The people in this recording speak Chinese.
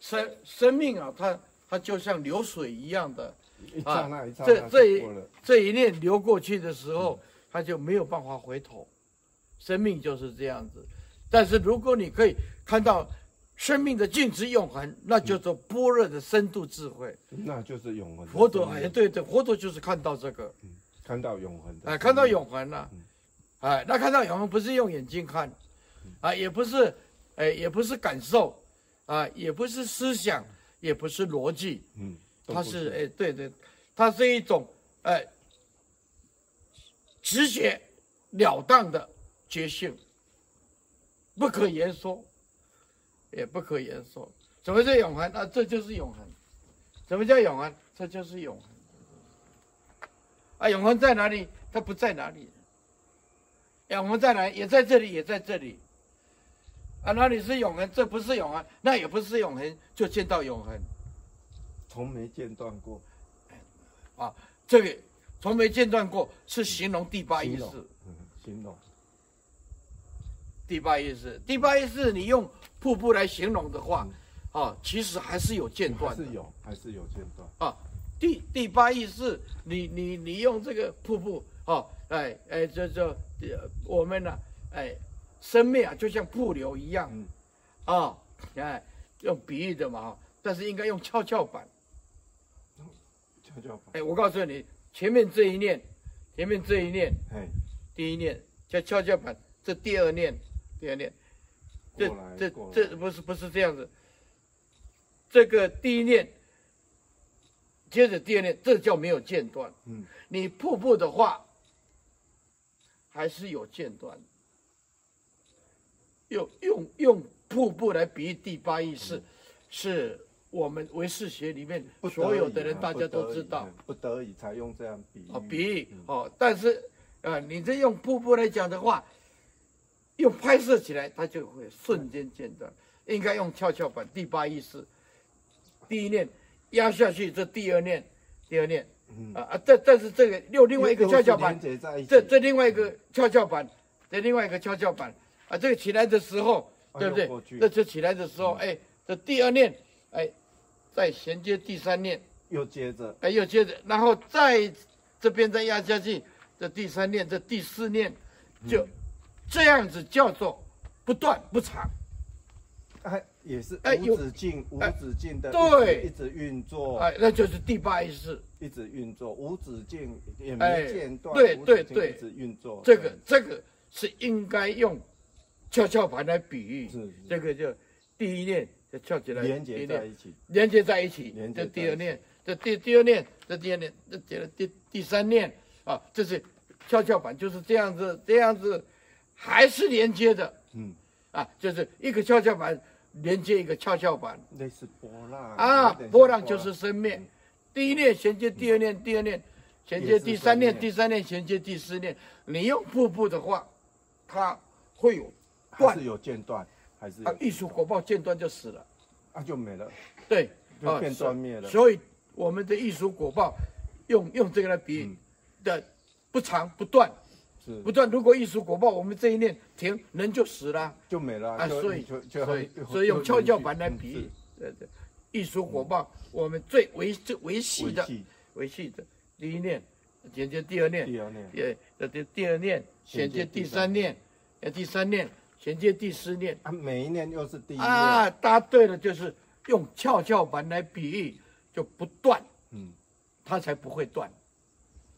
生生命啊，它它就像流水一样的，一刹那一刹啊这那这就一过了，这一念流过去的时候，它就没有办法回头。生命就是这样子。但是如果你可以看到生命的尽值永恒，那叫做般若的深度智慧。那就是永恒的生命。佛陀，哎，对对，佛陀就是看到这个，看到永恒的哎，生看到命永恒了、嗯哎，那看到永恒不是用眼睛看，啊，也不是，哎，也不是感受，啊，也不是思想，也不是逻辑，嗯，都它不是哎，对对，它是一种哎直觉了当的觉性，不可言说，也不可言说。什么叫永恒？啊，这就是永恒。什么叫永恒？这就是永恒。啊，永恒在哪里？它不在哪里。永恒在哪里？也在这里，也在这里。啊，哪里是永恒？这不是永恒，那也不是永恒，就见到永恒。从没间断过，这个从没间断过，是形容第八意形识容。嗯，形容第八意识，第八意识，你用瀑布来形容的话，啊，其实还是有间嗯还断的是。有，还是有间断，第第八意识，你你你用这个瀑布，啊，哎哎，这这呃我们呢、哎，生命啊，就像瀑流一样，嗯啊，哎，用比喻的嘛，啊但是应该用跷跷板。跷跷板，哎，我告诉你，前面这一念，前面这一念，嘿，第一念叫跷跷板，这第二念，第二念。这过来这过来这不是不是这样子，这个第一念，接着第二念，这叫没有间断。嗯，你瀑布的话，还是有间断。用用用瀑布来比喻第八意识，是我们唯识学里面嗯不所得有已的人啊大不家都得知已道嗯。不得已才用这样比啊，喻比喻嗯哦，但是呃，你这用瀑布来讲的话，用拍摄起来，它就会瞬间间断。应该用跷跷板，第八意识，第一念压下去，这第二念，第二念嗯啊啊，但但是这个又另外一个因跷为都是跷板连，接在一起，这这另外一个跷跷板，这另外一个跷跷板啊，这个起来的时候，啊对不又过去嗯对？这就起来的时候，哎，这第二念，哎，再衔接第三念。又接着哎，又接着，然后再这边再压下去，这第三念，这第四念，就、这样子叫做不断不长。哎，也是哎有无止境、无哎止境的，对一直一直运作，哎，那就是第八意识。一直运作，无止境也哎没间断，对无止对境对一直运作，这个这个是应该用跷跷板来比喻，是是这个就第一念就翘起来，连第接一在念一起，连接在一起，连接这在第二一起念，这第第二念，这第二念，这第二第第三念啊，这是跷跷板就是这样子，这样子还是连接的。嗯，啊，就是一个跷跷板连接一个跷跷板类似波浪啊有点，像嗯波浪就是生灭。第一念衔接第二念，第二念衔接也是第三念，生灭第三念衔接第四念。你用瀑布的话，它会有还断是有间断，还是有啊，艺术火爆间断就死了，啊就没了，对，就啊变断灭了所以我们的艺术火爆，用用这个来比喻的不长不断嗯是不断。如果艺术火爆，我们这一念停，人就死了。就没了啊，就所以就就所以就所以用跷跷板来嗯比是嗯喻，对对，艺术火爆，我们最维最维系维的系维系的第一念，衔接第二念，第二念，也呃第第二念衔衔接接第第三三念，呃第三念衔接第四念啊，每一念又是第一念，啊，答对了，就是用跷跷板来比喻，就不断，嗯，它才不会断。